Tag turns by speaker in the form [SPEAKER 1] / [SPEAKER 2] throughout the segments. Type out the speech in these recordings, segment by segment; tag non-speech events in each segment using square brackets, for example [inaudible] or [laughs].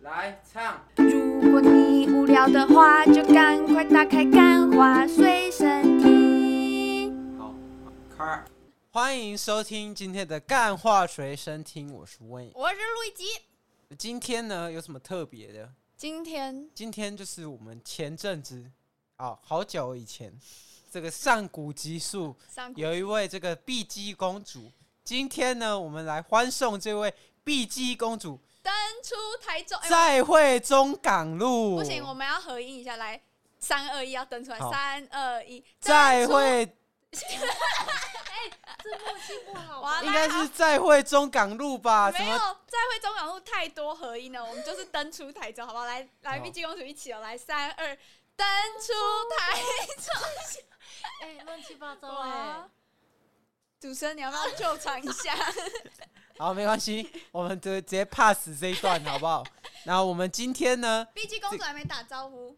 [SPEAKER 1] 来唱，
[SPEAKER 2] 如果你无聊的话，就赶快打开《干花随身听》。
[SPEAKER 1] 好，开。欢迎收听今天的干话随身听，我是 Wayne。
[SPEAKER 2] 我是路易吉，
[SPEAKER 1] 今天呢有什么特别的？
[SPEAKER 2] 今天
[SPEAKER 1] 今天就是我们前阵子啊，好久以前，这个上古集数
[SPEAKER 2] 上
[SPEAKER 1] 有一位这个碧姬公主。今天呢，我们来欢送这位碧姬公主
[SPEAKER 2] 登出台中，哎、
[SPEAKER 1] 再会中港路。
[SPEAKER 2] 不行，我们要合音一下，来，三二一要登出来，
[SPEAKER 1] 好
[SPEAKER 2] 三二一，
[SPEAKER 1] 再
[SPEAKER 2] 登出，
[SPEAKER 1] 会
[SPEAKER 2] 哇，啊
[SPEAKER 1] 应该是再会中港路吧？什
[SPEAKER 2] 没有
[SPEAKER 1] 么？
[SPEAKER 2] 再会中港路太多合音了，我们就是登出台中，好不好？来来，
[SPEAKER 1] 好
[SPEAKER 2] 碧姬公主一起哦，来三二，登出台
[SPEAKER 1] [laughs]
[SPEAKER 3] 哎，乱七八糟
[SPEAKER 2] 中
[SPEAKER 3] 哎
[SPEAKER 2] 啊！！主持人，你要不要救场一
[SPEAKER 1] [laughs]
[SPEAKER 2] 下？
[SPEAKER 1] 好，没关系，我们直直接 pass 这一段好不好？然后我们今天呢？
[SPEAKER 2] 碧姬公主还没打招呼，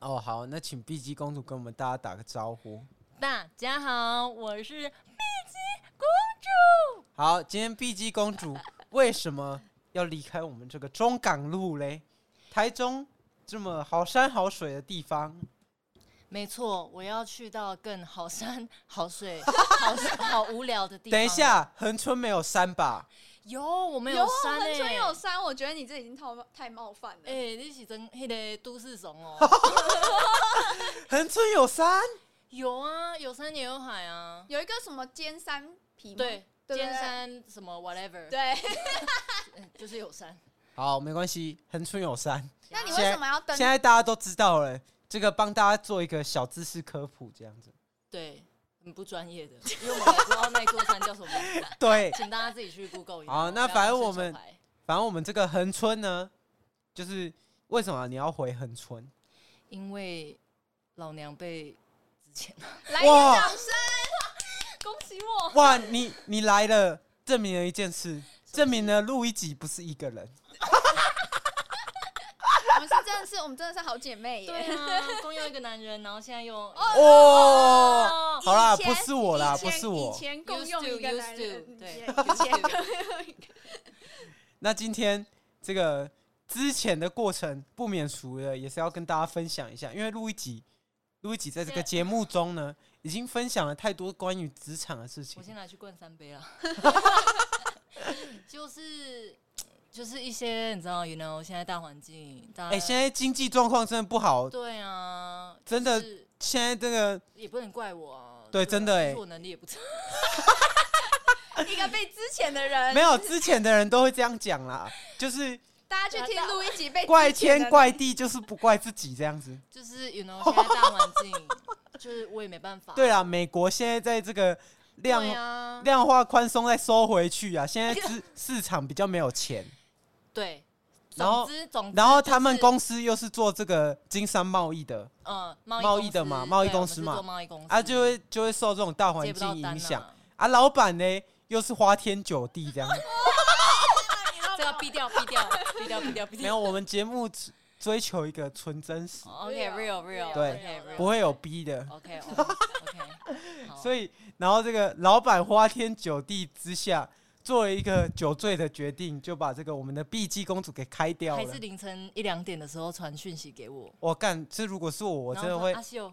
[SPEAKER 1] 哦，好，那请碧姬公主跟我们大家打个招呼。
[SPEAKER 3] 大家好，我是
[SPEAKER 1] 好，今天碧姬公主为什么要离开我们这个中港路嘞？台中这么好山好水的地方，
[SPEAKER 3] 没错，我要去到更好山好 [laughs] 水好好无聊的地方。
[SPEAKER 1] 等一，下，恒春没有山吧？
[SPEAKER 3] 有我们
[SPEAKER 2] 有啊
[SPEAKER 3] 山
[SPEAKER 2] 恒春
[SPEAKER 3] 哎，
[SPEAKER 2] 有山，我觉得你这已经太太冒犯了。
[SPEAKER 3] 哎，你是真那个都市怂哦？
[SPEAKER 1] [laughs] 恒春有山？
[SPEAKER 3] 有啊，有山也有海啊。
[SPEAKER 2] 有一个什么尖山皮吗？
[SPEAKER 3] 对，
[SPEAKER 2] 对不对
[SPEAKER 3] 尖山什么 whatever，
[SPEAKER 2] 对， [laughs]
[SPEAKER 3] 嗯就是有山。
[SPEAKER 1] 好，没关系，恒春有山。
[SPEAKER 2] 那你为什么要登
[SPEAKER 1] 现？在大家都知道了，这个帮大家做一个小知识科普，这样子。
[SPEAKER 3] 对，很不专业的， [laughs] 因为我们也不知道那座山叫什么名字，
[SPEAKER 1] 对，
[SPEAKER 3] 请大家自己去 Google 一下。
[SPEAKER 1] 好那
[SPEAKER 3] 不要
[SPEAKER 1] 反正
[SPEAKER 3] 吃
[SPEAKER 1] 我
[SPEAKER 3] 球
[SPEAKER 1] 们
[SPEAKER 3] 牌
[SPEAKER 1] 反正我们这个恒春呢，就是为什么你要回恒春？
[SPEAKER 3] 因为老娘被之前
[SPEAKER 2] 来一个
[SPEAKER 1] 哇
[SPEAKER 2] 掌声， [laughs] 恭喜我！
[SPEAKER 1] 哇，你你来了，证明了一件事，证明了路易吉不是一个人。
[SPEAKER 2] 我们是真的是，我们真的是好姐 [laughs] 妹
[SPEAKER 3] 对
[SPEAKER 2] 耶。
[SPEAKER 3] 啊，光用一个男人，然后现在用
[SPEAKER 1] 哦，
[SPEAKER 3] 哦
[SPEAKER 1] 好啦，
[SPEAKER 2] 以前
[SPEAKER 1] 不是我啦，
[SPEAKER 2] 以前
[SPEAKER 1] 不是我
[SPEAKER 2] 以。前共用一个男
[SPEAKER 3] Used
[SPEAKER 2] 人
[SPEAKER 3] to，，
[SPEAKER 2] 嗯以
[SPEAKER 3] used
[SPEAKER 2] 前共
[SPEAKER 3] to，对
[SPEAKER 2] 用一个
[SPEAKER 1] 那今天这个之前的过程不免俗的，也是要跟大家分享一下，因为路易吉，路易吉在这个
[SPEAKER 3] 现在
[SPEAKER 1] 节目中呢，已经分享了太多关于职场的事情
[SPEAKER 3] 我。先来去灌三杯啦。就是就是一些你知道，you know，现在大环境，大
[SPEAKER 1] 哎、
[SPEAKER 3] 家、
[SPEAKER 1] 现在经济状况真的不好，
[SPEAKER 3] 对啊，
[SPEAKER 1] 真的
[SPEAKER 3] 就是
[SPEAKER 1] 现在这个
[SPEAKER 3] 也不能怪我啊。
[SPEAKER 1] 对
[SPEAKER 3] 啊
[SPEAKER 1] 真的欸
[SPEAKER 3] 就是我能力也不
[SPEAKER 1] [laughs]
[SPEAKER 3] 差。
[SPEAKER 2] 一个被之前的人
[SPEAKER 1] 没，有之前的人都会这样讲啦，就是
[SPEAKER 2] 大家去听录一集哎被之前的
[SPEAKER 1] 怪天怪地，就是不怪自己这样子。
[SPEAKER 3] 就是 you know，现在大环
[SPEAKER 1] [laughs]
[SPEAKER 3] 境，就是我也没办法。
[SPEAKER 1] 对啦，美国现在在这个量、
[SPEAKER 3] 对啊，
[SPEAKER 1] 量化宽松再收回去啊，现在市市场比较没有
[SPEAKER 3] [laughs]
[SPEAKER 1] 钱，
[SPEAKER 3] 对。
[SPEAKER 1] 然后
[SPEAKER 3] 总之，总之
[SPEAKER 1] 然后他们
[SPEAKER 3] 就是
[SPEAKER 1] 公司又是做这个经商贸易的，
[SPEAKER 3] 嗯
[SPEAKER 1] 贸
[SPEAKER 3] 贸
[SPEAKER 1] 易
[SPEAKER 3] 易
[SPEAKER 1] 的嘛贸易公司嘛
[SPEAKER 3] 嘛，我们是做贸易公司
[SPEAKER 1] 啊，就会就会受这种大环
[SPEAKER 3] 嗯接不到
[SPEAKER 1] 境
[SPEAKER 3] 单
[SPEAKER 1] 影
[SPEAKER 3] 啊
[SPEAKER 1] 响啊。老板呢又是花天酒地这样， [laughs]
[SPEAKER 3] 这要毙掉，毙掉，毙掉，毙掉，毙
[SPEAKER 1] 没有
[SPEAKER 3] 掉。
[SPEAKER 1] 我们节目只追求一个纯真实，
[SPEAKER 3] 哦 OK real real，
[SPEAKER 1] 对啊不会有逼的。 [laughs]
[SPEAKER 3] OK OK，
[SPEAKER 1] 所
[SPEAKER 3] 以
[SPEAKER 1] 以，然后这个老板花天酒地之下，做了一个酒醉的决定，就把这个我们的碧姬公主给开掉
[SPEAKER 3] 还
[SPEAKER 1] 了
[SPEAKER 3] 是。凌晨一两点的时候传讯息给我，
[SPEAKER 1] 我干，这如果是我，我
[SPEAKER 3] 然
[SPEAKER 1] 真
[SPEAKER 3] 后
[SPEAKER 1] 的
[SPEAKER 3] 说啊
[SPEAKER 1] 会
[SPEAKER 3] 阿秀，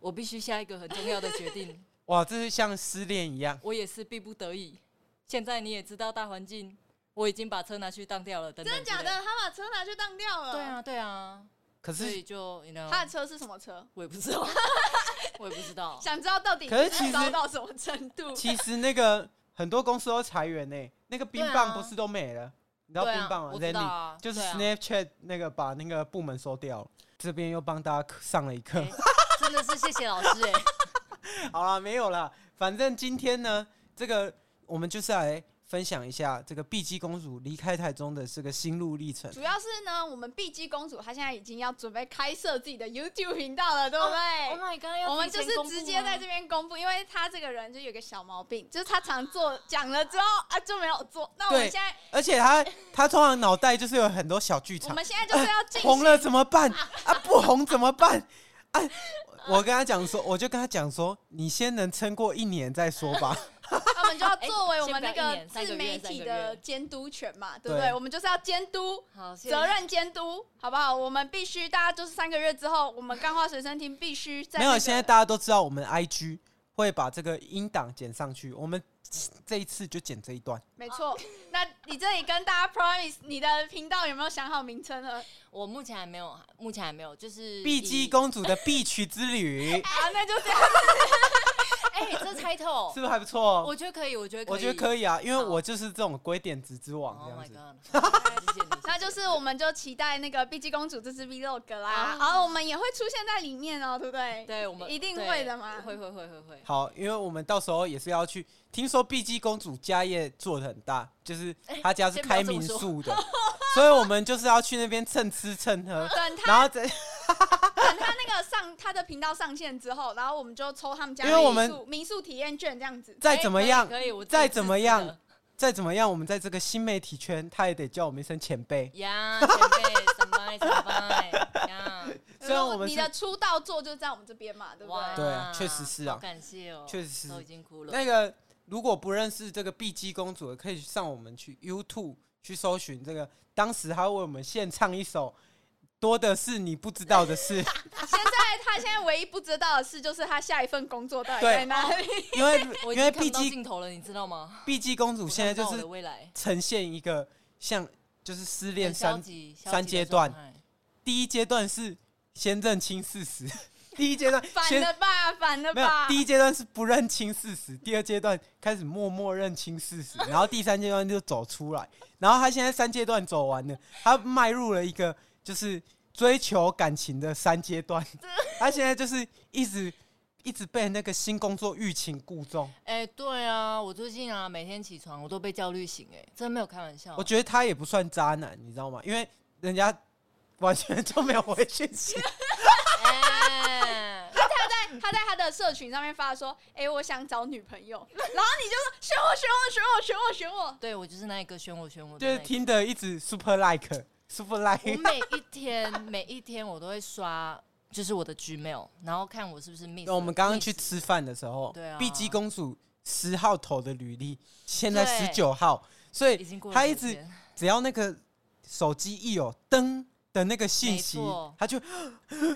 [SPEAKER 3] 我必须下一个很重要的决
[SPEAKER 1] [laughs]
[SPEAKER 3] 定，
[SPEAKER 1] 哇，这是像失恋一样。
[SPEAKER 3] 我也是逼不得已。现在你也知道大环境，我已经把车拿去当掉了，等等
[SPEAKER 2] 真的假
[SPEAKER 3] 之类
[SPEAKER 2] 的？？他把车拿去当掉了。
[SPEAKER 3] 对，啊，对啊，
[SPEAKER 1] 可
[SPEAKER 3] 所以
[SPEAKER 1] 是，
[SPEAKER 3] 就 you know，
[SPEAKER 2] 他的车是什么车？
[SPEAKER 3] 我也
[SPEAKER 2] [laughs]
[SPEAKER 3] 不知道，我也不知道。
[SPEAKER 2] 想知道到底
[SPEAKER 1] 可是其实
[SPEAKER 2] 糟到什么程度？
[SPEAKER 1] [laughs] 其实那个很多公司都裁员呢、那个冰
[SPEAKER 3] 对啊
[SPEAKER 1] 棒不是都没了？你知道
[SPEAKER 3] 对
[SPEAKER 1] 冰
[SPEAKER 3] 啊
[SPEAKER 1] 棒吗
[SPEAKER 3] 我知道
[SPEAKER 1] Randy
[SPEAKER 3] 啊，
[SPEAKER 1] 就是
[SPEAKER 3] 对啊
[SPEAKER 1] Snapchat 那个把那个部门收掉了。这边又帮大家上了一课。
[SPEAKER 3] 哎真的是谢谢老师哎、
[SPEAKER 1] [laughs]
[SPEAKER 3] [laughs]
[SPEAKER 1] 好啦，没有啦，反正今天呢，这个我们就是来分享一下这个碧姬公主离开台中的这个心路历程。
[SPEAKER 2] 主要是呢，我们碧姬公主她现在已经要准备开设自己的 YouTube 频道了，对
[SPEAKER 1] 哦
[SPEAKER 2] 不对？
[SPEAKER 1] ，Oh
[SPEAKER 3] my god！
[SPEAKER 2] 我们就是直接在这边公布，因为她这个人就有个小毛病，就是她常做讲了之后啊就没有做。那我们
[SPEAKER 1] 对
[SPEAKER 2] 现在
[SPEAKER 1] 而且
[SPEAKER 3] [laughs]
[SPEAKER 1] 她她通常脑袋就是有很多小剧
[SPEAKER 2] 我
[SPEAKER 1] 场，
[SPEAKER 2] 们现在就是要进行
[SPEAKER 1] 哎红了
[SPEAKER 2] [laughs]
[SPEAKER 1] 怎么
[SPEAKER 3] [laughs]
[SPEAKER 1] 办？啊，不红怎么办？啊，我跟她讲说，我就跟她讲说，你先能撑过一年再说吧。
[SPEAKER 2] 啊，们就要作为我们那
[SPEAKER 3] 先不哎要一年三
[SPEAKER 2] 自
[SPEAKER 3] 个月
[SPEAKER 2] 媒体的监督权嘛，对不
[SPEAKER 1] 对
[SPEAKER 2] 对？我们就是要监督。
[SPEAKER 3] 好，谢谢
[SPEAKER 2] 责任监督，好不好？我们必须，大家就是三个月之后，我们干化随身听必须在、
[SPEAKER 1] 没
[SPEAKER 2] 那
[SPEAKER 1] 有，
[SPEAKER 2] 个
[SPEAKER 1] 现在大家都知道我们 IG 会把这个音档剪上去，我们这一次就剪这一段。
[SPEAKER 2] 没错。那你这里跟大家 promise，你的频道有没有想好名称呢？
[SPEAKER 3] 我目前还没有，目前还没有，就是
[SPEAKER 1] 碧姬
[SPEAKER 3] 以，
[SPEAKER 1] 公主的必曲之旅
[SPEAKER 2] 啊，那就这样。
[SPEAKER 3] [laughs] 哎，这 title
[SPEAKER 1] 是不是还不错？
[SPEAKER 3] 我觉得可以，我觉得可以
[SPEAKER 1] 哦我觉得可
[SPEAKER 3] 以。
[SPEAKER 1] 以啊，因为
[SPEAKER 3] 好
[SPEAKER 1] 我就是这种鬼点子之王
[SPEAKER 3] Oh
[SPEAKER 1] 这样
[SPEAKER 3] my
[SPEAKER 1] 子。
[SPEAKER 3] god！谢谢你
[SPEAKER 2] 那就是我们就期待那个《碧姬公主》这支 vlog 啦
[SPEAKER 1] 哦
[SPEAKER 3] 啊，
[SPEAKER 2] 然后我们也会出现在里面哦，对不对？
[SPEAKER 3] 对我们
[SPEAKER 2] 一定
[SPEAKER 3] 对
[SPEAKER 2] 会的嘛
[SPEAKER 3] 会会会会会。
[SPEAKER 1] 好，因为我们到时候也是要去，听说碧姬公主家业做的很大，就是她家是
[SPEAKER 3] 哎先不要
[SPEAKER 1] 开
[SPEAKER 3] 这么
[SPEAKER 1] 民
[SPEAKER 3] 说
[SPEAKER 1] 宿的， [laughs] 所以我们就是要去那边蹭吃蹭
[SPEAKER 3] [laughs]
[SPEAKER 1] 喝，
[SPEAKER 2] 等他 [laughs]
[SPEAKER 1] 然后再
[SPEAKER 2] 等他那个上他的频道上线之后，然后我们就抽他们家
[SPEAKER 1] 因为我
[SPEAKER 2] 民
[SPEAKER 1] 们
[SPEAKER 2] 宿民宿体验券这样子。
[SPEAKER 1] 再怎么样
[SPEAKER 3] 哎可以，可以，我
[SPEAKER 1] 再怎么样
[SPEAKER 3] 支持的
[SPEAKER 1] 再怎么样，我们在这个新媒体圈，她也得叫我们一声前辈。
[SPEAKER 3] 呀，前辈，怎么办？怎么办？呀， [laughs]
[SPEAKER 1] 虽然我们
[SPEAKER 2] 你
[SPEAKER 1] 是
[SPEAKER 2] 的出道作就在我们这边嘛，对不
[SPEAKER 3] 哇，
[SPEAKER 2] 对？
[SPEAKER 1] 对啊确实是啊
[SPEAKER 3] 好感谢哦，
[SPEAKER 1] 确实是
[SPEAKER 3] 都已经哭了。
[SPEAKER 1] 那个如果不认识这个碧姬公主的，可以上我们去 YouTube 去搜寻这个，当时她为我们献唱一首。多的是你不知道的事，
[SPEAKER 3] [laughs]
[SPEAKER 2] 现在他现在唯一不知道的事就是他下一份工作到底
[SPEAKER 1] 对
[SPEAKER 2] 在哪里。
[SPEAKER 1] [laughs] 因为
[SPEAKER 3] 我已
[SPEAKER 1] 因
[SPEAKER 3] 经
[SPEAKER 1] 为
[SPEAKER 3] 看
[SPEAKER 1] 碧
[SPEAKER 3] 不到
[SPEAKER 1] 姬
[SPEAKER 3] 镜头了，你知
[SPEAKER 1] [laughs]
[SPEAKER 3] 道吗？
[SPEAKER 1] 碧姬公主现在就
[SPEAKER 3] 我看不到我
[SPEAKER 1] 是
[SPEAKER 3] 的未来
[SPEAKER 1] 呈现一个像就是失恋
[SPEAKER 3] 很消
[SPEAKER 1] 三
[SPEAKER 3] 极消极的
[SPEAKER 1] 三阶段
[SPEAKER 3] 状态
[SPEAKER 1] 第一阶段是先认清事
[SPEAKER 3] [laughs]
[SPEAKER 1] 实，第一阶段
[SPEAKER 2] 反
[SPEAKER 1] 先
[SPEAKER 2] 了吧，反了
[SPEAKER 1] 没有
[SPEAKER 2] 吧。
[SPEAKER 1] 第一阶段是不认清事实，第二阶段开始默默认清事实，然后第三阶段就走出来，然后他现在三阶段走完了，他迈入了一个就是追求感情的三
[SPEAKER 2] [laughs]
[SPEAKER 1] 阶段，他现在就是一直一直被那个新工作欲擒故纵，
[SPEAKER 3] 哎、对啊，我最近啊，每天起床我都被焦虑醒、哎，真没有开玩笑。
[SPEAKER 1] 我觉得他也不算渣男，你知道吗？因为人家完全就没有回讯息。
[SPEAKER 2] [laughs]
[SPEAKER 1] [laughs]
[SPEAKER 3] 哎、
[SPEAKER 2] 他在他的社群上面发说：“哎、我想找女朋友。”然后你就说：“选我，选我，选我，选我，选我。
[SPEAKER 3] 对我就是那一个选我选我的
[SPEAKER 1] 就是
[SPEAKER 3] 那一个。
[SPEAKER 1] 听的一直 super like super
[SPEAKER 3] 我
[SPEAKER 1] like，
[SPEAKER 3] 每一
[SPEAKER 1] [laughs]
[SPEAKER 3] 天每一天我都会刷，就是我的 Gmail，然后看我是不是 miss
[SPEAKER 1] 那
[SPEAKER 3] 了。
[SPEAKER 1] 哦我们刚刚去
[SPEAKER 3] miss
[SPEAKER 1] 吃饭的时候，
[SPEAKER 3] 对啊
[SPEAKER 1] 碧姬公主十号投的履历，现在十
[SPEAKER 3] 对
[SPEAKER 1] 九号，所
[SPEAKER 3] 已
[SPEAKER 1] 以
[SPEAKER 3] 经过了
[SPEAKER 1] 她一
[SPEAKER 3] 时
[SPEAKER 1] 直
[SPEAKER 3] 间
[SPEAKER 1] 只要那个手机一有灯的那个信息
[SPEAKER 3] 没错，
[SPEAKER 1] 她就，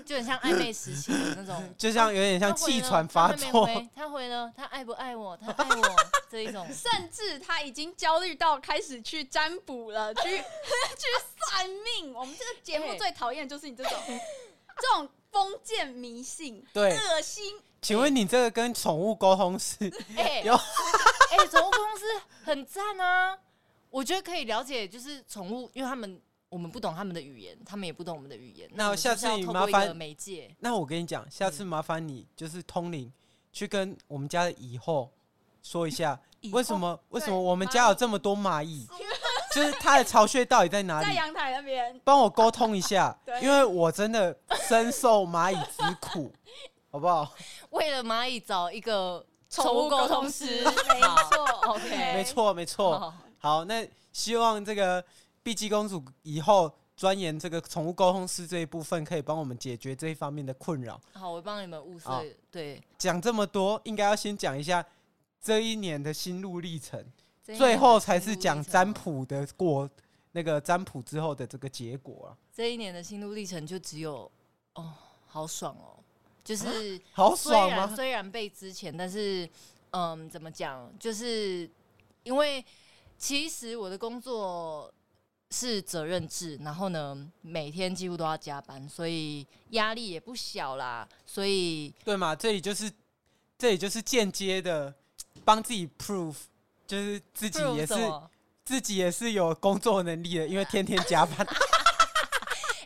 [SPEAKER 3] 就很像暧昧时期的那种
[SPEAKER 1] 就像有点 [laughs] 像
[SPEAKER 3] 他回
[SPEAKER 1] 气
[SPEAKER 3] 了
[SPEAKER 1] 喘发
[SPEAKER 3] 他还没
[SPEAKER 1] 作，
[SPEAKER 3] 回他回了，他爱不爱我？他爱
[SPEAKER 1] [laughs]
[SPEAKER 3] 我这一种”。
[SPEAKER 2] 甚至他已经焦虑到开始去占卜了，去 [laughs] 去算命。我们这个节目
[SPEAKER 3] 哎
[SPEAKER 2] 最讨厌就是你这种
[SPEAKER 3] [laughs]
[SPEAKER 2] 这种封建迷信，
[SPEAKER 1] 对。
[SPEAKER 2] 恶心。
[SPEAKER 1] 请问你这个跟宠物沟通
[SPEAKER 3] [laughs]
[SPEAKER 1] 是
[SPEAKER 3] 哎、
[SPEAKER 1] 有
[SPEAKER 3] 哎，宠物公司很赞啊！我觉得可以了解，就是宠物，因为他们我们不懂他们的语言，他们也不懂我们的语言。
[SPEAKER 1] 那
[SPEAKER 3] 我们
[SPEAKER 1] 下
[SPEAKER 3] 就是
[SPEAKER 1] 次
[SPEAKER 3] 要
[SPEAKER 1] 你
[SPEAKER 3] 透
[SPEAKER 1] 麻
[SPEAKER 3] 过一
[SPEAKER 1] 烦
[SPEAKER 3] 个媒介，
[SPEAKER 1] 那我跟你讲，下次
[SPEAKER 3] 嗯
[SPEAKER 1] 麻烦你就是通灵，去跟我们家的蚁后说一下，
[SPEAKER 3] 蚁后
[SPEAKER 1] 为什么为什么
[SPEAKER 2] 对
[SPEAKER 1] 我们
[SPEAKER 2] 蚂
[SPEAKER 1] 家有
[SPEAKER 2] 蚁
[SPEAKER 1] 这么多蚂蚁，就是它的巢穴到底在哪
[SPEAKER 2] 在
[SPEAKER 1] 里？
[SPEAKER 2] 阳台那边，
[SPEAKER 1] 帮我沟通一
[SPEAKER 3] [laughs]
[SPEAKER 1] 下
[SPEAKER 2] 对，
[SPEAKER 1] 因为我真的深受蚂蚁之
[SPEAKER 3] [laughs]
[SPEAKER 1] 苦，好不好？
[SPEAKER 3] 为了蚂蚁找一个
[SPEAKER 2] 宠物沟通
[SPEAKER 3] 沟通
[SPEAKER 2] 师
[SPEAKER 3] 师，
[SPEAKER 2] 没
[SPEAKER 3] 好
[SPEAKER 2] 错
[SPEAKER 3] OK
[SPEAKER 2] 对
[SPEAKER 1] 没错，没错。
[SPEAKER 3] 好
[SPEAKER 1] 好，那希望这个碧姬公主以后钻研这个宠物沟通师这一部分，可以帮我们解决这一方面的困扰。
[SPEAKER 3] 好，我帮你们物色
[SPEAKER 1] 好。
[SPEAKER 3] 对，
[SPEAKER 1] 讲这么多，应该要先讲一下这一年的心路历程。
[SPEAKER 3] 这一
[SPEAKER 1] 最
[SPEAKER 3] 年
[SPEAKER 1] 后
[SPEAKER 3] 的
[SPEAKER 1] 才
[SPEAKER 3] 心
[SPEAKER 1] 是
[SPEAKER 3] 路
[SPEAKER 1] 讲
[SPEAKER 3] 历程
[SPEAKER 1] 占
[SPEAKER 3] 哦。
[SPEAKER 1] 卜的过那个占卜之后的这个结果啊，
[SPEAKER 3] 这一年的心路历程就只有哦，好爽哦，就是。
[SPEAKER 1] 好
[SPEAKER 3] 虽
[SPEAKER 1] 啊爽
[SPEAKER 3] 然
[SPEAKER 1] 吗？
[SPEAKER 3] 虽然被之前，但是嗯，怎么讲？就是因为其实我的工作是责任制，然后呢，每天几乎都要加班，所以压力也不小啦。所以
[SPEAKER 1] 对嘛，这里就是这里就是间接的帮自己 prove，就是自己也是
[SPEAKER 3] 不如什么
[SPEAKER 1] 自己也是有工作能力的，因为天天加
[SPEAKER 3] [laughs]
[SPEAKER 1] 班。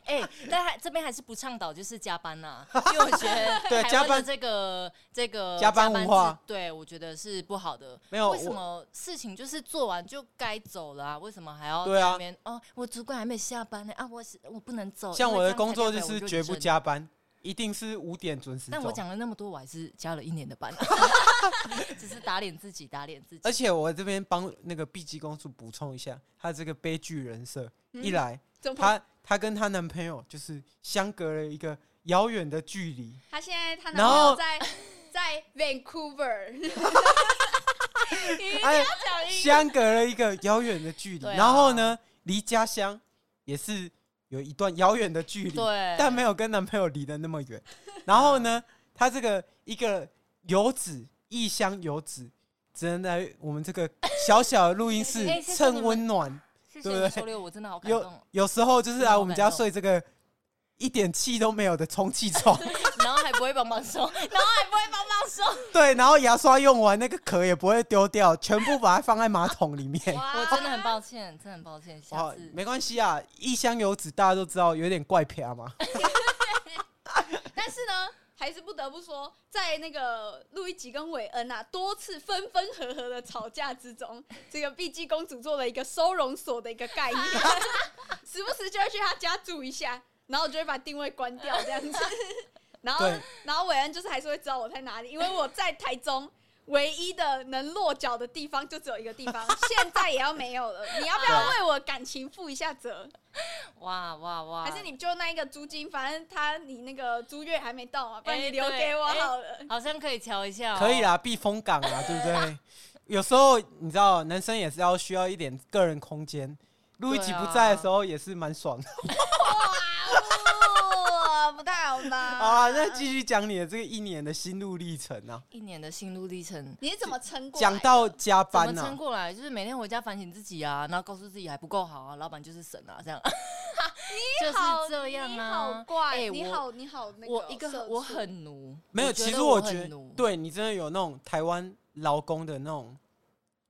[SPEAKER 3] 哎、但还这边还是不倡导就是加
[SPEAKER 1] [laughs]
[SPEAKER 3] 班呐、因为我觉得
[SPEAKER 1] 对
[SPEAKER 3] 台湾
[SPEAKER 1] 加班
[SPEAKER 3] 的这个这个
[SPEAKER 1] 加班文化
[SPEAKER 3] 制，对我觉得是不好的。
[SPEAKER 1] 没有
[SPEAKER 3] 为什
[SPEAKER 1] 我
[SPEAKER 3] 么事情就是做完就该走了啊？为什么还要
[SPEAKER 1] 对啊
[SPEAKER 3] 在那边哦，我主管还没下班呢啊，我是我不能走。
[SPEAKER 1] 像
[SPEAKER 3] 因为
[SPEAKER 1] 我的
[SPEAKER 3] 这样
[SPEAKER 1] 工
[SPEAKER 3] 才
[SPEAKER 1] 作
[SPEAKER 3] 代
[SPEAKER 1] 就
[SPEAKER 3] 表我
[SPEAKER 1] 是
[SPEAKER 3] 认
[SPEAKER 1] 绝不
[SPEAKER 3] 真。
[SPEAKER 1] 加班，一定是五点准时
[SPEAKER 3] 但我
[SPEAKER 1] 走。
[SPEAKER 3] 讲了那么多，我还是加了一年
[SPEAKER 1] [laughs]
[SPEAKER 3] 的班，只是打脸自己，打脸自己
[SPEAKER 1] 而。且我这边帮那个碧姬公主补充一下，她这个悲剧人设，
[SPEAKER 3] 嗯
[SPEAKER 1] 一来
[SPEAKER 2] 怎么？
[SPEAKER 1] 她她跟她男朋友就是相隔了一个遥远的距离，
[SPEAKER 2] 他现在他男
[SPEAKER 1] 然
[SPEAKER 2] 朋友
[SPEAKER 1] 后
[SPEAKER 2] 在在 Vancouver，你一定
[SPEAKER 1] 哎
[SPEAKER 2] 要讲一个，
[SPEAKER 1] [laughs] 相隔了一个遥远的距离，
[SPEAKER 3] 对啊
[SPEAKER 1] 然后呢，离家乡也是有一段遥远的距离，
[SPEAKER 3] 对，
[SPEAKER 1] 但没有跟男朋友离得那么远。 [laughs] 然后呢，他这个一个游子，异乡游子，只能来我们这个小小的录音室
[SPEAKER 3] [laughs] 哎谢谢
[SPEAKER 1] 蹭温暖。
[SPEAKER 3] 谢
[SPEAKER 1] 对
[SPEAKER 3] 谢
[SPEAKER 1] 不
[SPEAKER 3] 你
[SPEAKER 1] 对
[SPEAKER 3] 收留我，真的好感
[SPEAKER 1] 有
[SPEAKER 3] 动。哦
[SPEAKER 1] 有时候就是
[SPEAKER 3] 好
[SPEAKER 1] 来
[SPEAKER 3] 感
[SPEAKER 1] 我们家
[SPEAKER 3] 动
[SPEAKER 1] 睡这个一点气都没有的充气床， [laughs]
[SPEAKER 3] 然后还不会帮忙
[SPEAKER 2] [laughs]
[SPEAKER 3] 收，
[SPEAKER 2] 然后还不会帮忙说，
[SPEAKER 1] 对，然后牙刷用完那个壳也不会丢掉，全部把它放在马桶里面。
[SPEAKER 2] 啊
[SPEAKER 3] 我真的很抱歉，真的很抱歉，下
[SPEAKER 1] 哇
[SPEAKER 3] 次，
[SPEAKER 1] 哦没关系啊，异乡游子大家都知道有点怪癖啊嘛。
[SPEAKER 2] 但是呢，还是不得不说，在那个路易吉跟韦恩啊多次分分合合的吵架之中，这个碧姬公主做了一个收容所的一个概念， [laughs] 时不时就会去他家住一下，然后我就会把定位关掉这样子。然后
[SPEAKER 1] 对，
[SPEAKER 2] 然后韦恩就是还是会知道我在哪里，因为我在台中。唯一的能落脚的地方就只有一个地方，现在也要没有了。你要不要为我感情负一下责？
[SPEAKER 3] 哇哇哇！
[SPEAKER 2] 还是你就那一个租金，反正他你那个租月还没到啊嘛，不然
[SPEAKER 3] 哎
[SPEAKER 2] 你留
[SPEAKER 3] 对
[SPEAKER 2] 给我
[SPEAKER 3] 哎
[SPEAKER 2] 好了。
[SPEAKER 3] 好像可以瞧一下、哦
[SPEAKER 1] 可以，啦，避风港啊，对不对？有时候你知道，男生也是要需要一点个人空间。路易吉
[SPEAKER 3] 对啊
[SPEAKER 1] 不在的时候也是蛮爽的。
[SPEAKER 3] 啊
[SPEAKER 2] 哇， [laughs] 不太好吧？
[SPEAKER 1] 好 [laughs] 啊，那继续讲你的这个一年的心路历程啊，
[SPEAKER 3] 一年的心路历程。
[SPEAKER 2] 你是怎么撑过来的？
[SPEAKER 1] 讲到加
[SPEAKER 3] 怎么
[SPEAKER 1] 班
[SPEAKER 3] 撑
[SPEAKER 1] 啊，
[SPEAKER 3] 过来？就是每天回家反省自己啊，然后告诉自己还不够好啊，老板就是神啊，这样。就是
[SPEAKER 2] 好
[SPEAKER 3] 这样
[SPEAKER 2] 你好
[SPEAKER 3] 啊。
[SPEAKER 2] 怪，
[SPEAKER 3] 哎
[SPEAKER 2] 你
[SPEAKER 3] 我
[SPEAKER 2] 好，你好那
[SPEAKER 3] 我一个
[SPEAKER 2] 社
[SPEAKER 3] 很我
[SPEAKER 2] 畜
[SPEAKER 3] 很奴，
[SPEAKER 1] 没有。
[SPEAKER 3] 我
[SPEAKER 1] 其实
[SPEAKER 3] 我
[SPEAKER 1] 我
[SPEAKER 3] 很
[SPEAKER 1] 觉得
[SPEAKER 3] 奴，
[SPEAKER 1] 对你真的有那种台湾劳工的那种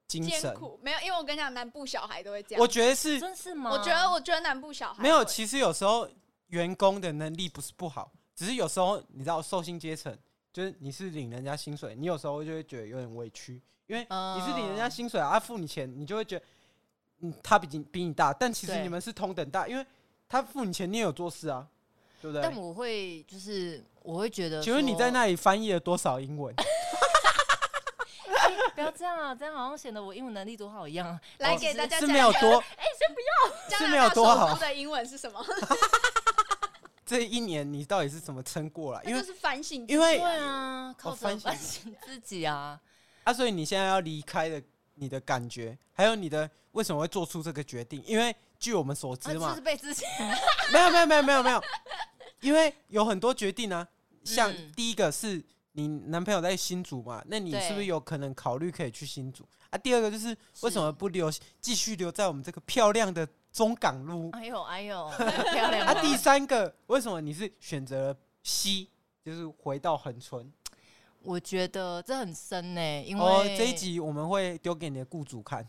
[SPEAKER 1] 精
[SPEAKER 2] 艰
[SPEAKER 1] 神，
[SPEAKER 2] 苦，没有，因为我跟你讲，南部小孩都会这样。
[SPEAKER 1] 我觉得是
[SPEAKER 3] 真是吗？
[SPEAKER 2] 我觉得，我觉得南部小孩
[SPEAKER 1] 没有，
[SPEAKER 2] 会
[SPEAKER 1] 其实有时候员工的能力不是不好，只是有时候你知道，受薪阶层就是你是领人家薪水，你有时候就会觉得有点委屈，因为
[SPEAKER 3] 嗯
[SPEAKER 1] 你是领人家薪水啊，他付你钱，你就会觉得，嗯，他比你比你大，但其实
[SPEAKER 3] 对
[SPEAKER 1] 你们是同等大，因为他付你钱，你也有做事啊，对不
[SPEAKER 3] 但
[SPEAKER 1] 对？
[SPEAKER 3] 我会就是我会觉得，
[SPEAKER 1] 请问你在？那里翻译了多少英文？
[SPEAKER 3] [laughs] 不要这样啊，这样好像显得我英文能力多好一样啊。
[SPEAKER 2] 来
[SPEAKER 3] 其
[SPEAKER 2] 给
[SPEAKER 3] 实
[SPEAKER 2] 大家
[SPEAKER 1] 哦是
[SPEAKER 2] 讲
[SPEAKER 1] 没有
[SPEAKER 2] 一下
[SPEAKER 1] 多，
[SPEAKER 2] 加
[SPEAKER 1] 是
[SPEAKER 2] 拿
[SPEAKER 1] 没有
[SPEAKER 2] 大
[SPEAKER 1] 多
[SPEAKER 2] 首
[SPEAKER 1] 好
[SPEAKER 2] 都的英文是什么？
[SPEAKER 1] 这一年你到底是怎么撑过来？因
[SPEAKER 2] 那
[SPEAKER 1] 为
[SPEAKER 2] 就是反省自己，
[SPEAKER 1] 因为
[SPEAKER 3] 对啊，靠
[SPEAKER 1] 哦反省
[SPEAKER 3] 着反省自己
[SPEAKER 1] [laughs]
[SPEAKER 3] 啊。
[SPEAKER 1] 啊，所以你现在要离开的，你的感觉，还有你的为什么会做出这个决定？因为据我们所
[SPEAKER 3] 啊
[SPEAKER 1] 知嘛，
[SPEAKER 3] 就是被自己 [laughs]
[SPEAKER 1] 没有没有没有没有没有，因为有很多决定呢、啊像
[SPEAKER 3] 嗯
[SPEAKER 1] 第一个是你男朋友在新竹嘛，那你
[SPEAKER 3] 对
[SPEAKER 1] 是不是有可能考虑可以去新竹啊？第二个就是为什么不留继续留在我们这个漂亮的中港路？
[SPEAKER 3] 哎呦
[SPEAKER 1] [laughs]
[SPEAKER 3] 哎呦，漂亮
[SPEAKER 1] 啊，
[SPEAKER 3] 啊！
[SPEAKER 1] 第三个为什么你是选择了西，就是回到恒春？
[SPEAKER 3] 我觉得这很深呢、因为、
[SPEAKER 1] 哦，这一集我们会丢给你的雇主看。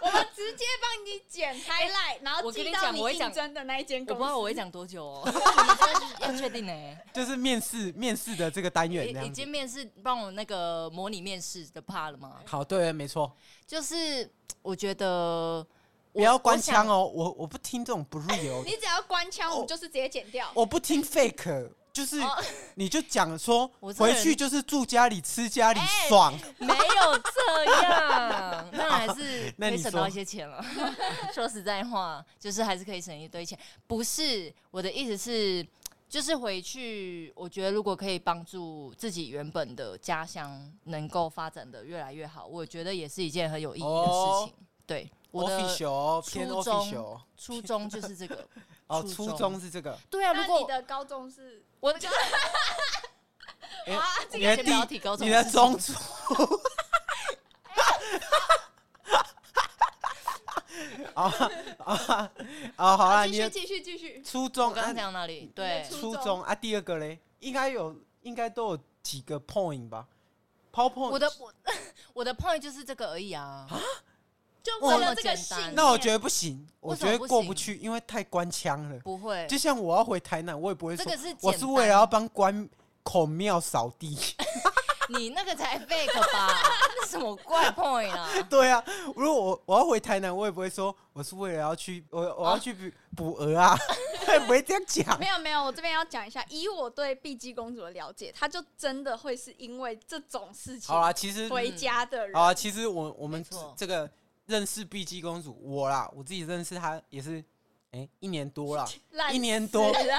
[SPEAKER 2] 我们直接帮你剪 highlight，然后
[SPEAKER 3] 哎我跟
[SPEAKER 2] 寄
[SPEAKER 3] 你
[SPEAKER 2] 到
[SPEAKER 3] 讲
[SPEAKER 2] 你
[SPEAKER 3] 我会
[SPEAKER 2] 竞
[SPEAKER 3] 讲
[SPEAKER 2] 争的那一间
[SPEAKER 3] 我
[SPEAKER 2] 公
[SPEAKER 3] 不知道
[SPEAKER 2] 司。
[SPEAKER 3] 我会讲多久 [laughs] 哦，你们真的要确定呢、欸
[SPEAKER 1] 就是面试 [laughs] 面试的这个单元这
[SPEAKER 3] 已已
[SPEAKER 1] 样
[SPEAKER 3] 经
[SPEAKER 1] 子。
[SPEAKER 3] 面试帮我那个模拟面试的怕了吗？
[SPEAKER 1] 好，对，没错，
[SPEAKER 3] 就是我觉得
[SPEAKER 1] 不要关枪，哦，我我不听这种不入流，
[SPEAKER 2] 你只要关枪，我
[SPEAKER 1] 哦
[SPEAKER 2] 们就是直接剪掉。
[SPEAKER 1] 我不听 fake，就是
[SPEAKER 3] 哦
[SPEAKER 1] 你就讲说
[SPEAKER 3] 我这个
[SPEAKER 1] 回
[SPEAKER 3] 人
[SPEAKER 1] 去就是住家里吃家里
[SPEAKER 3] 哎
[SPEAKER 1] 爽，
[SPEAKER 3] 我想 [laughs] 没有这样，那还
[SPEAKER 1] [laughs]
[SPEAKER 3] 是
[SPEAKER 1] 哦那
[SPEAKER 3] 可
[SPEAKER 1] 你
[SPEAKER 3] 以
[SPEAKER 1] 说
[SPEAKER 3] 省到一些钱了。 [laughs] 说实在话，就是还是可以省一堆钱。不是我的意思是，就是回去，我觉得如果可以帮助自己原本的家乡能够发展的越来越好，我觉得也是一件很有意义的事
[SPEAKER 1] 哦
[SPEAKER 3] 情。对，我的
[SPEAKER 1] official 偏
[SPEAKER 3] 初中
[SPEAKER 1] official
[SPEAKER 3] 初衷就是这个。
[SPEAKER 1] 哦，
[SPEAKER 3] 初
[SPEAKER 1] 初
[SPEAKER 3] 中
[SPEAKER 1] 中是这个，
[SPEAKER 3] 对啊，
[SPEAKER 2] 那
[SPEAKER 3] 如
[SPEAKER 1] [laughs]
[SPEAKER 3] 果
[SPEAKER 2] 你的高中是
[SPEAKER 3] 我的
[SPEAKER 1] 哎
[SPEAKER 2] 啊，
[SPEAKER 3] 这
[SPEAKER 1] 你
[SPEAKER 3] 个
[SPEAKER 1] 的
[SPEAKER 3] 先不要
[SPEAKER 1] 第
[SPEAKER 3] 提高中，
[SPEAKER 1] 你的中初，啊啊啊，好啦，
[SPEAKER 2] 继
[SPEAKER 1] 你
[SPEAKER 2] 续
[SPEAKER 1] 的
[SPEAKER 2] 继续继续，
[SPEAKER 1] 初
[SPEAKER 3] 我
[SPEAKER 1] 中
[SPEAKER 3] 刚
[SPEAKER 1] 啊
[SPEAKER 3] 刚讲哪里？对
[SPEAKER 2] 你的，
[SPEAKER 1] 初
[SPEAKER 2] 初
[SPEAKER 1] 中
[SPEAKER 2] 中
[SPEAKER 1] 啊，第二个嘞，应该有，应该都有几个 point 吧？PowerPoint，
[SPEAKER 3] 我的我我的 point 就是这个而已啊。
[SPEAKER 2] 就
[SPEAKER 1] 哇
[SPEAKER 2] 为了这
[SPEAKER 3] 那么
[SPEAKER 2] 个
[SPEAKER 3] 简
[SPEAKER 2] 信
[SPEAKER 3] 单
[SPEAKER 2] 念。
[SPEAKER 1] 那我觉得不行，我
[SPEAKER 3] 为什
[SPEAKER 1] 觉
[SPEAKER 3] 么
[SPEAKER 1] 得
[SPEAKER 3] 不
[SPEAKER 1] 过不
[SPEAKER 3] 行
[SPEAKER 1] 去，因为太官腔了。
[SPEAKER 3] 不会，
[SPEAKER 1] 就像我要回台南，我也不会
[SPEAKER 3] 这
[SPEAKER 1] 说
[SPEAKER 3] 个，是简
[SPEAKER 1] 我
[SPEAKER 3] 单
[SPEAKER 1] 是为了要帮关孔庙扫地。 [laughs]
[SPEAKER 3] 你那个才 fake [laughs] 吧？那什么怪 point [laughs] 啊？
[SPEAKER 1] 对啊，如果我我要回台南，我也不会说我是为了要去我我要去
[SPEAKER 3] 哦
[SPEAKER 1] 补补鹅
[SPEAKER 3] [laughs]
[SPEAKER 1] 啊，我也不会这样讲
[SPEAKER 2] 没。有没有，我这边要讲一下，以我对碧姬公主的了解，她就真的会是因为这种事情
[SPEAKER 1] 好啦，其实
[SPEAKER 2] 回家的人。
[SPEAKER 1] 好啊，其实我我们
[SPEAKER 3] 没错
[SPEAKER 1] 这个认识碧姬公主，我啦，我自己认识她也是，哎、一年
[SPEAKER 3] [laughs]
[SPEAKER 1] 多啦。
[SPEAKER 2] 烂
[SPEAKER 1] 一年多 [laughs]
[SPEAKER 2] 死了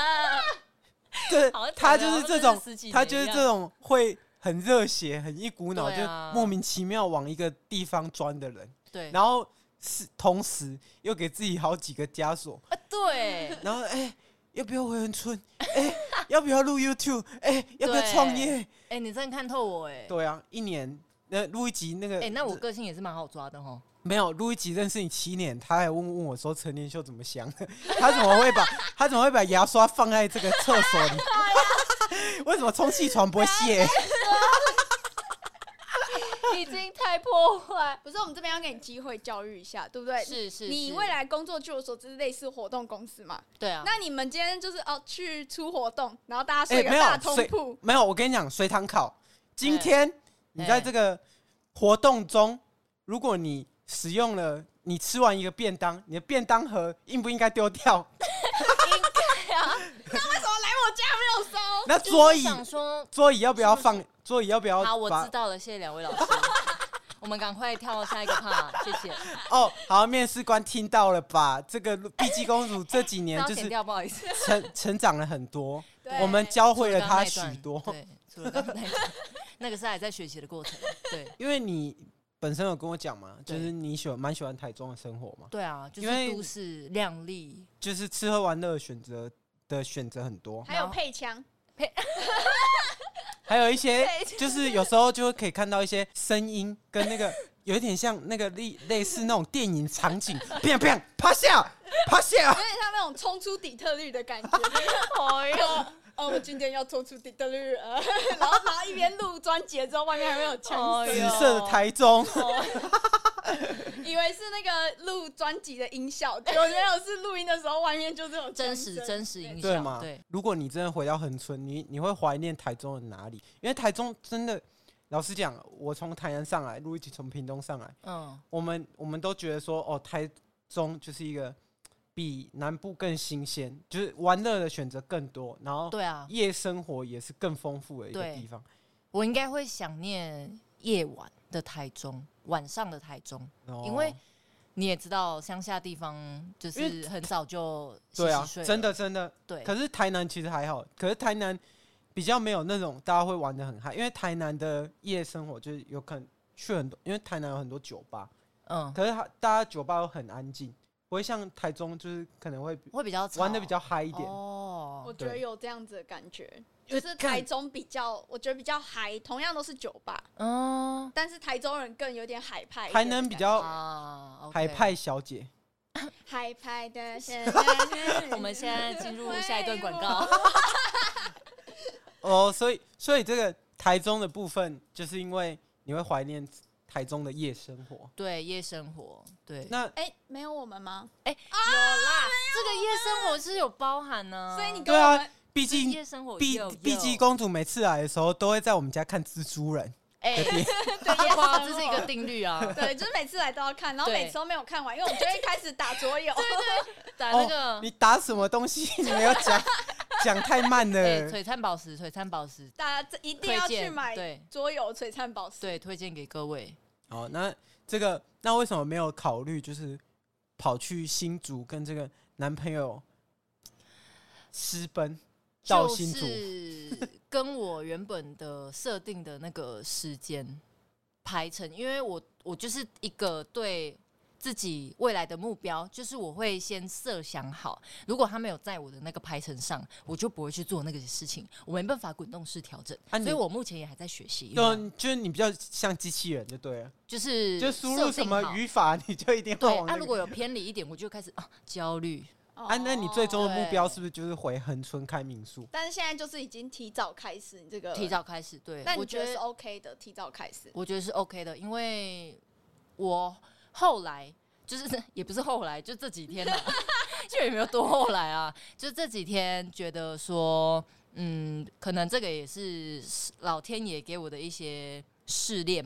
[SPEAKER 1] 对
[SPEAKER 3] 好像，
[SPEAKER 1] 他
[SPEAKER 3] 讲
[SPEAKER 1] 就是这
[SPEAKER 3] 得好像真的
[SPEAKER 1] 种
[SPEAKER 3] 十几，
[SPEAKER 1] 他
[SPEAKER 3] 年
[SPEAKER 1] 就是
[SPEAKER 3] 一
[SPEAKER 1] 这
[SPEAKER 3] 样
[SPEAKER 1] 种会很热血、很一股脑、
[SPEAKER 3] 对啊
[SPEAKER 1] 就莫名其妙往一个地方钻的人，
[SPEAKER 3] 对，
[SPEAKER 1] 然后是同时又给自己好几个枷锁，
[SPEAKER 3] 啊对，
[SPEAKER 1] 然后哎、要不要回文村？ [laughs] 哎、要不要录 YouTube？哎、要不要创业？
[SPEAKER 3] 哎，你真的看透我哎，
[SPEAKER 1] 对啊，一年那录一集那个，
[SPEAKER 3] 哎，那我个性也是蛮好抓的哦。
[SPEAKER 1] 没有录一集认识你七年，他还问问我说陈年秀怎么想 [laughs] 的，他怎么会把 [laughs] 他怎么会把牙刷放在这个厕所
[SPEAKER 3] 哎
[SPEAKER 1] 里？ [laughs] 为什么充气床不会卸？
[SPEAKER 2] 已经太破坏。不是，我们这边要给你机会教育一下，对不对？
[SPEAKER 3] 是是，
[SPEAKER 2] 你
[SPEAKER 3] 是
[SPEAKER 2] 未来工作，据我所知，类似活动公司嘛。
[SPEAKER 3] 对啊，
[SPEAKER 2] 那你们今天就是哦，去出活动，然后大家
[SPEAKER 1] 哎、
[SPEAKER 2] 睡个
[SPEAKER 1] 没
[SPEAKER 2] 大
[SPEAKER 1] 有
[SPEAKER 2] 通
[SPEAKER 1] 水
[SPEAKER 2] 铺，
[SPEAKER 1] 没有，我跟你讲，随堂考，今
[SPEAKER 3] 哎
[SPEAKER 1] 天你在
[SPEAKER 3] 哎
[SPEAKER 1] 这个活动中，如果你使用了你吃完一个便当，你的便当盒应不应该丢掉？
[SPEAKER 2] 那为什么来我家没有收？
[SPEAKER 1] 那
[SPEAKER 3] 就是
[SPEAKER 1] 桌椅
[SPEAKER 3] 想说，
[SPEAKER 1] 桌椅要不要
[SPEAKER 3] 是不是
[SPEAKER 1] 放？桌椅要不要把？
[SPEAKER 3] 好，我知道了，谢谢两位老
[SPEAKER 1] [laughs]
[SPEAKER 3] 师，我们赶快跳到下一个 part，谢谢。
[SPEAKER 1] 哦，好，面试官听到了吧？这个碧姬公主这几
[SPEAKER 3] 这
[SPEAKER 1] 年
[SPEAKER 3] 要
[SPEAKER 1] 就是
[SPEAKER 3] [laughs] 剪掉，不好意思。
[SPEAKER 1] 成成长了很多，
[SPEAKER 2] 对
[SPEAKER 1] 我们教会了
[SPEAKER 3] 刚刚
[SPEAKER 1] 她
[SPEAKER 3] 那一
[SPEAKER 1] 许
[SPEAKER 3] 段
[SPEAKER 1] 多。
[SPEAKER 3] 对，除了刚刚那
[SPEAKER 1] [laughs]
[SPEAKER 3] 一段，那个是还在学习的过程。对，
[SPEAKER 1] 因为你本身有跟我讲嘛，就
[SPEAKER 3] 对
[SPEAKER 1] 是你喜欢蛮喜欢台中的生活嘛，
[SPEAKER 3] 对啊，就
[SPEAKER 1] 因为
[SPEAKER 3] 是都市靓丽，
[SPEAKER 1] 就是吃喝玩乐的选择的选择很多，
[SPEAKER 2] 还有配枪，
[SPEAKER 1] 还有一些
[SPEAKER 2] 对
[SPEAKER 1] 就是有时候就会可以看到一些声音跟那个有一点像那个类类似那种电影场景，砰砰趴下趴下
[SPEAKER 2] 有，点像那种冲出底特律的感觉。
[SPEAKER 3] [laughs] 哎
[SPEAKER 2] 呦，哦，我今天要冲出底特律，呃 [laughs] 然后然后一边录专辑的时候，外面还没有枪
[SPEAKER 3] 哎
[SPEAKER 1] 紫
[SPEAKER 3] 呦
[SPEAKER 2] 声，
[SPEAKER 1] 色的台中，
[SPEAKER 3] 哦
[SPEAKER 2] 以为是那个录专辑的音效，结果没有是录音的时候，外面就是有
[SPEAKER 3] 真
[SPEAKER 2] 枪
[SPEAKER 3] 实
[SPEAKER 2] 声
[SPEAKER 3] 真实影
[SPEAKER 1] 对
[SPEAKER 3] 响，
[SPEAKER 1] 吗？
[SPEAKER 3] 对，
[SPEAKER 1] 如果你真的回到恒春，你你会怀念台中的哪里？因为台中真的，老实讲，我从台南上来，陆一起从屏东上来。
[SPEAKER 3] 嗯，
[SPEAKER 1] 我们我们都觉得说，哦，台中就是一个比南部更新鲜，就是玩乐的选择更多，然后
[SPEAKER 3] 对啊，
[SPEAKER 1] 夜生活也是更丰富的一个
[SPEAKER 3] 对
[SPEAKER 1] 地方。
[SPEAKER 3] 我应该会想念夜晚的台中，晚上的台中。
[SPEAKER 1] 然后
[SPEAKER 3] 因为你也知道，乡下地方就是很早就洗
[SPEAKER 1] 对啊
[SPEAKER 3] 洗睡，了
[SPEAKER 1] 真的真的，
[SPEAKER 3] 对，
[SPEAKER 1] 可是台南其实还好，可是台南比较没有那种大家会玩的很嗨，因为台南的夜生活就是有可能去很多，因为台南有很多酒吧，
[SPEAKER 3] 嗯，
[SPEAKER 1] 可是它大家酒吧都很安静，不会像台中就是可能会
[SPEAKER 3] 会比较吵
[SPEAKER 1] 玩的比较嗨一点。
[SPEAKER 2] 我
[SPEAKER 3] 哦，
[SPEAKER 2] 觉得
[SPEAKER 1] 对
[SPEAKER 2] 有这样子的感觉，
[SPEAKER 1] 因为
[SPEAKER 2] 就是
[SPEAKER 1] 看
[SPEAKER 2] 台中比较，我觉得比较嗨，同样都是酒吧，
[SPEAKER 3] 嗯
[SPEAKER 2] 但是台中人更有点海派一点的
[SPEAKER 1] 台
[SPEAKER 2] 感觉，
[SPEAKER 1] 南比较
[SPEAKER 3] 啊，OK，
[SPEAKER 1] 海派小姐。
[SPEAKER 2] 海派的
[SPEAKER 3] 我们现在进入下一段广告。
[SPEAKER 1] 哦，所以所以这个台中的部分，就是因为你会怀念台中的夜生活。
[SPEAKER 3] [laughs] 对夜生活，对，
[SPEAKER 1] 那
[SPEAKER 2] [laughs] 哎、没有我们吗？
[SPEAKER 3] 哎
[SPEAKER 2] 啊
[SPEAKER 3] 有啦，这个夜生活是有包含呢、
[SPEAKER 2] 所以你跟
[SPEAKER 1] 对
[SPEAKER 2] 我
[SPEAKER 1] 啊
[SPEAKER 2] 们
[SPEAKER 1] 毕
[SPEAKER 3] 这
[SPEAKER 1] 竟
[SPEAKER 3] 夜生活
[SPEAKER 1] 碧
[SPEAKER 3] 有
[SPEAKER 1] 碧姬，公主每次来的时候，都会在我们家看蜘蛛人。
[SPEAKER 3] [laughs] 哎，
[SPEAKER 2] 对，
[SPEAKER 3] 这哇，这是一个定律啊
[SPEAKER 2] [laughs] 对，就是每次来都要看，然后
[SPEAKER 3] 对
[SPEAKER 2] 每次都没有看完，因为我们就会开始打桌游。
[SPEAKER 3] 打
[SPEAKER 1] 哦
[SPEAKER 3] 那个
[SPEAKER 1] 你打什么东
[SPEAKER 3] [laughs]
[SPEAKER 1] 西？你没有讲，讲太慢
[SPEAKER 3] 哎，
[SPEAKER 1] 了。
[SPEAKER 3] 璀璨宝石，璀璨宝石，
[SPEAKER 2] [laughs] 大家这一定
[SPEAKER 3] 推
[SPEAKER 2] 要去
[SPEAKER 3] 荐，
[SPEAKER 2] 买
[SPEAKER 3] 对
[SPEAKER 2] 桌游璀璨宝石。
[SPEAKER 3] 对，推荐给各位。
[SPEAKER 1] 哦，那这个那为什么没有考虑就是跑去新竹跟这个男朋友私奔到
[SPEAKER 3] 就
[SPEAKER 1] 新竹？
[SPEAKER 3] 是跟我原本的设定的那个时间排成，因为我我就是一个对自己未来的目标，就是我会先设想好，如果他没有在我的那个排程上，我就不会去做那个事情，我没办法滚动式调整，
[SPEAKER 1] 啊你
[SPEAKER 3] 所以我目前也还在学习，
[SPEAKER 1] 就就是你比较像机器人就对了，
[SPEAKER 3] 就是
[SPEAKER 1] 就输入
[SPEAKER 3] 设
[SPEAKER 1] 什
[SPEAKER 3] 定
[SPEAKER 1] 么
[SPEAKER 3] 好
[SPEAKER 1] 语法，你就一定会
[SPEAKER 3] 对，
[SPEAKER 1] 往、那
[SPEAKER 3] 啊，
[SPEAKER 1] 个
[SPEAKER 3] 如果有偏离一点，我就开始啊焦虑，
[SPEAKER 1] [laughs]
[SPEAKER 2] 哦
[SPEAKER 1] 啊，那你最终的目
[SPEAKER 3] 对
[SPEAKER 1] 标是不是就是回恒春开民宿？
[SPEAKER 2] 但是现在就是已经提早开始，你这个
[SPEAKER 3] 提，早开始，对，
[SPEAKER 2] 那
[SPEAKER 3] 我
[SPEAKER 2] 你觉得
[SPEAKER 3] 得
[SPEAKER 2] 是 OK 的？提早开始，
[SPEAKER 3] 我觉得是 OK 的，因为我后来就是 [laughs] 也不是后来，就这几天啦， [laughs] 就也没有多后来啊，就这几天觉得说，嗯，可能这个也是老天爷给我的一些试炼，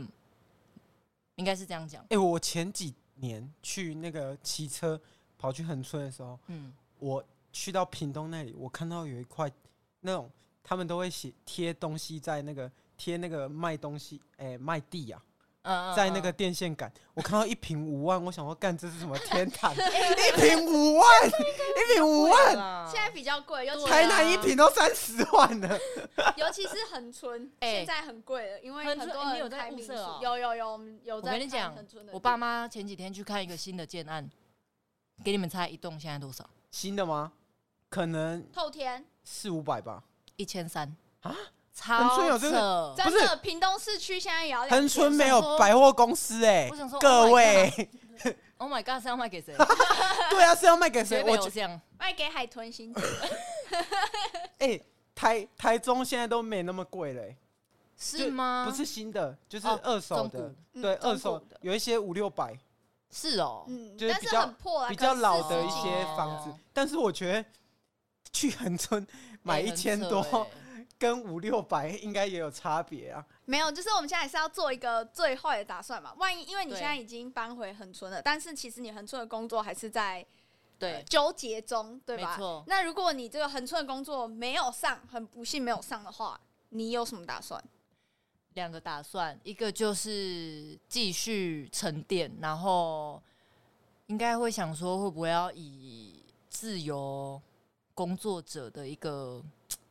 [SPEAKER 3] 应该是这样讲，
[SPEAKER 1] 哎、我前几年去那个骑车跑去恒春的时候，
[SPEAKER 3] 嗯，
[SPEAKER 1] 我去到屏东那里，我看到有一块那种他们都会写贴东西在那个贴那个卖东西，哎、卖地啊，
[SPEAKER 3] 嗯
[SPEAKER 1] 在那个
[SPEAKER 3] 嗯
[SPEAKER 1] 电线杆，我看到一瓶五万，我想说干这是什么天
[SPEAKER 3] [laughs]
[SPEAKER 1] 堂？一瓶五万，一瓶五
[SPEAKER 3] 嗯
[SPEAKER 1] 万，
[SPEAKER 3] 啦
[SPEAKER 2] 现在比较贵，尤其
[SPEAKER 3] 对啊
[SPEAKER 1] 台南一瓶都三十万了。
[SPEAKER 2] 尤其是恒春，
[SPEAKER 3] 哎
[SPEAKER 2] 现在很贵了，因为
[SPEAKER 3] 恒春
[SPEAKER 2] 多
[SPEAKER 3] 哎你
[SPEAKER 2] 人
[SPEAKER 3] 有在
[SPEAKER 2] 开
[SPEAKER 3] 物
[SPEAKER 2] 民宿
[SPEAKER 3] 色哦，
[SPEAKER 2] 有有有，我们有
[SPEAKER 3] 我
[SPEAKER 2] 在
[SPEAKER 3] 跟你
[SPEAKER 2] 看
[SPEAKER 3] 讲
[SPEAKER 2] 恒春的
[SPEAKER 3] 我
[SPEAKER 2] 地
[SPEAKER 3] 爸妈前几天去看一个新的建案，给你们猜一栋现在多少？
[SPEAKER 1] 新的吗？可能
[SPEAKER 2] 透天，
[SPEAKER 1] 四五百吧。
[SPEAKER 3] 一千三
[SPEAKER 1] 啊！
[SPEAKER 3] 超
[SPEAKER 1] 恒春有这
[SPEAKER 3] 扯！
[SPEAKER 2] 真
[SPEAKER 1] 不是
[SPEAKER 2] 的屏东市区现在也要
[SPEAKER 3] 哎
[SPEAKER 2] 两
[SPEAKER 1] 恒
[SPEAKER 2] 千
[SPEAKER 1] 春没有百货公司哎、
[SPEAKER 3] 我想说
[SPEAKER 1] 各
[SPEAKER 3] Oh my
[SPEAKER 1] 位，
[SPEAKER 3] ，Oh my god，是要卖给
[SPEAKER 1] [laughs]
[SPEAKER 3] 谁？
[SPEAKER 1] 对啊，是要卖给谁？
[SPEAKER 3] 谁
[SPEAKER 1] 我
[SPEAKER 3] 没
[SPEAKER 1] 觉
[SPEAKER 3] 有这样？
[SPEAKER 2] 卖给海豚
[SPEAKER 1] [clears throat]
[SPEAKER 2] 星子，
[SPEAKER 1] 哎、台台中现在都没那么贵了、欸，
[SPEAKER 3] 是吗？
[SPEAKER 1] 不是新的，就是
[SPEAKER 3] 哦
[SPEAKER 1] 二手
[SPEAKER 3] 中
[SPEAKER 1] 的
[SPEAKER 3] 古，
[SPEAKER 2] 嗯
[SPEAKER 1] 对，
[SPEAKER 2] 中
[SPEAKER 1] 二手
[SPEAKER 2] 古的
[SPEAKER 1] 有一些五六百，
[SPEAKER 3] 是哦，
[SPEAKER 2] 嗯，
[SPEAKER 1] 就是
[SPEAKER 2] 但
[SPEAKER 1] 比
[SPEAKER 2] 是
[SPEAKER 1] 较
[SPEAKER 2] 很破啊，
[SPEAKER 1] 比较
[SPEAKER 2] 可是
[SPEAKER 1] 老的
[SPEAKER 2] 是
[SPEAKER 1] 一
[SPEAKER 2] 几
[SPEAKER 1] 些
[SPEAKER 2] 年
[SPEAKER 1] 房子
[SPEAKER 3] 哦。
[SPEAKER 1] 但是我觉得去恒春买
[SPEAKER 3] 哎
[SPEAKER 1] 一
[SPEAKER 3] 很
[SPEAKER 1] 千 [laughs]
[SPEAKER 3] 扯
[SPEAKER 1] 多
[SPEAKER 3] 哎
[SPEAKER 1] 跟五六百应该也有差别啊。
[SPEAKER 2] 没有，就是我们现在还是要做一个最坏的打算嘛。万一因为你
[SPEAKER 3] 对
[SPEAKER 2] 现在已经搬回恒春了，但是其实你恒春的工作还是在呃
[SPEAKER 1] 哎
[SPEAKER 3] 对，
[SPEAKER 2] 纠结中，对
[SPEAKER 3] 没
[SPEAKER 2] 吧？
[SPEAKER 3] 错。
[SPEAKER 2] 那如果你这个恒春的工作没有上，很不幸没有上的话，你有什么打算？
[SPEAKER 3] 两个打算，一个就是继续沉淀，然后应该会想说会不会要以自由工作者的一个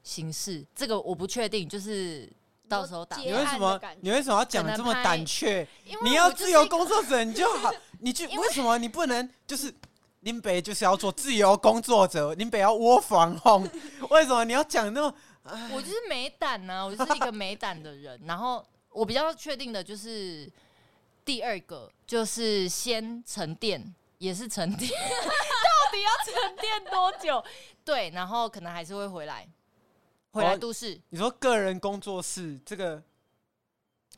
[SPEAKER 3] 形式，这个我不确定，就是到时候打
[SPEAKER 2] 你
[SPEAKER 1] 你
[SPEAKER 2] 说结
[SPEAKER 1] 为
[SPEAKER 2] 案的
[SPEAKER 1] 什么
[SPEAKER 2] 感觉
[SPEAKER 1] 你为什么要讲
[SPEAKER 3] 可
[SPEAKER 1] 的
[SPEAKER 3] 能
[SPEAKER 1] 这么
[SPEAKER 3] 拍
[SPEAKER 1] 胆怯？
[SPEAKER 3] 因
[SPEAKER 1] 你
[SPEAKER 3] 为
[SPEAKER 1] 要
[SPEAKER 3] 我就
[SPEAKER 1] 自
[SPEAKER 3] 是
[SPEAKER 1] 由
[SPEAKER 3] 一个
[SPEAKER 1] 工作者你就好，你就为什么你不能就是林北就是要做自由工作者，林北要窝房红，为什么你要讲那么
[SPEAKER 3] 我就是没胆呐、我就是一个没胆的人。然后我比较确定的就是第二个，就是先沉淀，也是沉淀，到底要沉淀 [laughs]
[SPEAKER 1] [laughs]
[SPEAKER 3] 多久？对，然后可能还是会回来，回来
[SPEAKER 1] 哦
[SPEAKER 3] 都市。
[SPEAKER 1] 你说个人工作室这个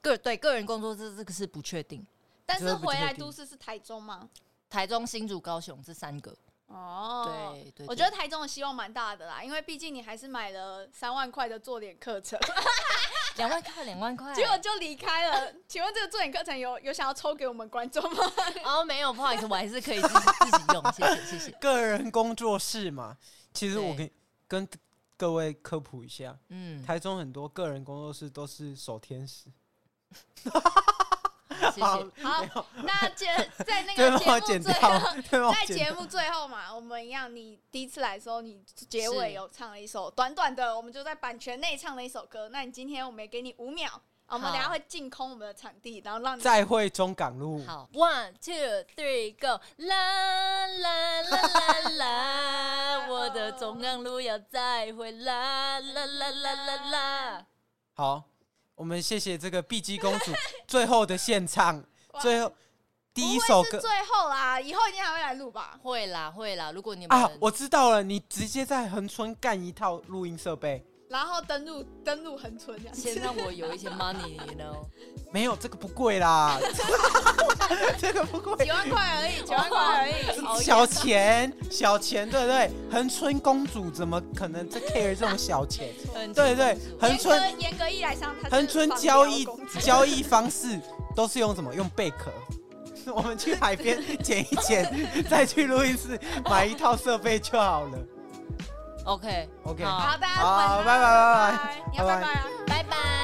[SPEAKER 3] 个对个人工作这这个是不确定，
[SPEAKER 2] 但
[SPEAKER 1] 这
[SPEAKER 2] 是
[SPEAKER 1] 个不
[SPEAKER 2] 回
[SPEAKER 1] 确
[SPEAKER 2] 来
[SPEAKER 1] 定
[SPEAKER 2] 都市是台中吗？
[SPEAKER 3] 台中、新竹、高雄这三个。
[SPEAKER 2] 哦，
[SPEAKER 3] 对对，
[SPEAKER 2] 我觉得台中的希望蛮大的啦，因为毕竟你还是买了三万块的做脸课程，
[SPEAKER 3] 对两万块，两万块。
[SPEAKER 2] 结果就离开了。请问这个做脸课程有有想要抽给我们观众吗？
[SPEAKER 3] 哦，没有，不好意思，我还是可以自己自己用，谢谢谢谢。
[SPEAKER 1] 个人工作室嘛，其实我
[SPEAKER 3] 对
[SPEAKER 1] 跟跟各位科普一下，
[SPEAKER 3] 嗯，
[SPEAKER 1] 台中很多个人工作室都是守天使，
[SPEAKER 3] 谢谢。
[SPEAKER 2] 好，那节在那
[SPEAKER 1] 对 [laughs]
[SPEAKER 2] 个
[SPEAKER 1] 帮我
[SPEAKER 2] 节目
[SPEAKER 1] 剪
[SPEAKER 2] 最
[SPEAKER 1] 掉
[SPEAKER 2] 后，，
[SPEAKER 1] [laughs] 对帮我
[SPEAKER 2] 在
[SPEAKER 1] 剪
[SPEAKER 2] 节
[SPEAKER 1] 掉
[SPEAKER 2] 目最后嘛，我们一样，你第一次来的时候，你结尾
[SPEAKER 3] 是
[SPEAKER 2] 有唱了一首短短的，我们就在版权内唱了一首歌。那你今天我们也给你五秒，啊我们
[SPEAKER 3] 好
[SPEAKER 2] 等一下会净空我们的场地，然后让你
[SPEAKER 1] 再会中港路，
[SPEAKER 3] 好，one two three go，啦啦啦啦啦，我的中港路要再回啦啦啦啦啦啦。
[SPEAKER 1] 好，我们谢谢这个碧姬公主 [laughs] 最后的献唱，
[SPEAKER 2] 哇
[SPEAKER 1] 最后
[SPEAKER 2] 不
[SPEAKER 1] 第一
[SPEAKER 2] 会
[SPEAKER 1] 首
[SPEAKER 2] 是
[SPEAKER 1] 歌
[SPEAKER 2] 最后啦，以后一定还会来录吧？
[SPEAKER 3] 会啦会啦，如果你们
[SPEAKER 1] 啊，我知道了，你直接在恒春干一套录音设备，
[SPEAKER 2] 然后登录登录恒春这样
[SPEAKER 3] 先
[SPEAKER 2] 子。
[SPEAKER 3] 让我有一些 money，you know。
[SPEAKER 1] 没有这个不
[SPEAKER 2] [laughs]
[SPEAKER 1] 贵啦， [laughs] 这个不贵
[SPEAKER 2] 几，万块而已，几万块而
[SPEAKER 1] [laughs]
[SPEAKER 2] 已。
[SPEAKER 3] 熬夜
[SPEAKER 1] 小钱小钱，对不对？恒春公主怎么可能在 care 这种小
[SPEAKER 2] [laughs]
[SPEAKER 1] 钱？
[SPEAKER 3] 很
[SPEAKER 1] 对对
[SPEAKER 3] 清楚
[SPEAKER 1] 恒春
[SPEAKER 2] 严格严格意义来上，它是
[SPEAKER 1] 恒春
[SPEAKER 2] 放
[SPEAKER 1] 交
[SPEAKER 2] 疗
[SPEAKER 1] 易
[SPEAKER 2] 工具
[SPEAKER 1] 交易方式都是用什么？用贝壳。 [laughs] 我们去海边捡一捡，再去录音室买一套设备就好了。
[SPEAKER 3] OK
[SPEAKER 1] OK
[SPEAKER 2] 好，
[SPEAKER 3] 好，
[SPEAKER 2] 大家
[SPEAKER 1] 好
[SPEAKER 2] 晚安
[SPEAKER 1] 拜拜拜拜
[SPEAKER 2] 拜，你要拜拜啊。
[SPEAKER 3] 拜拜。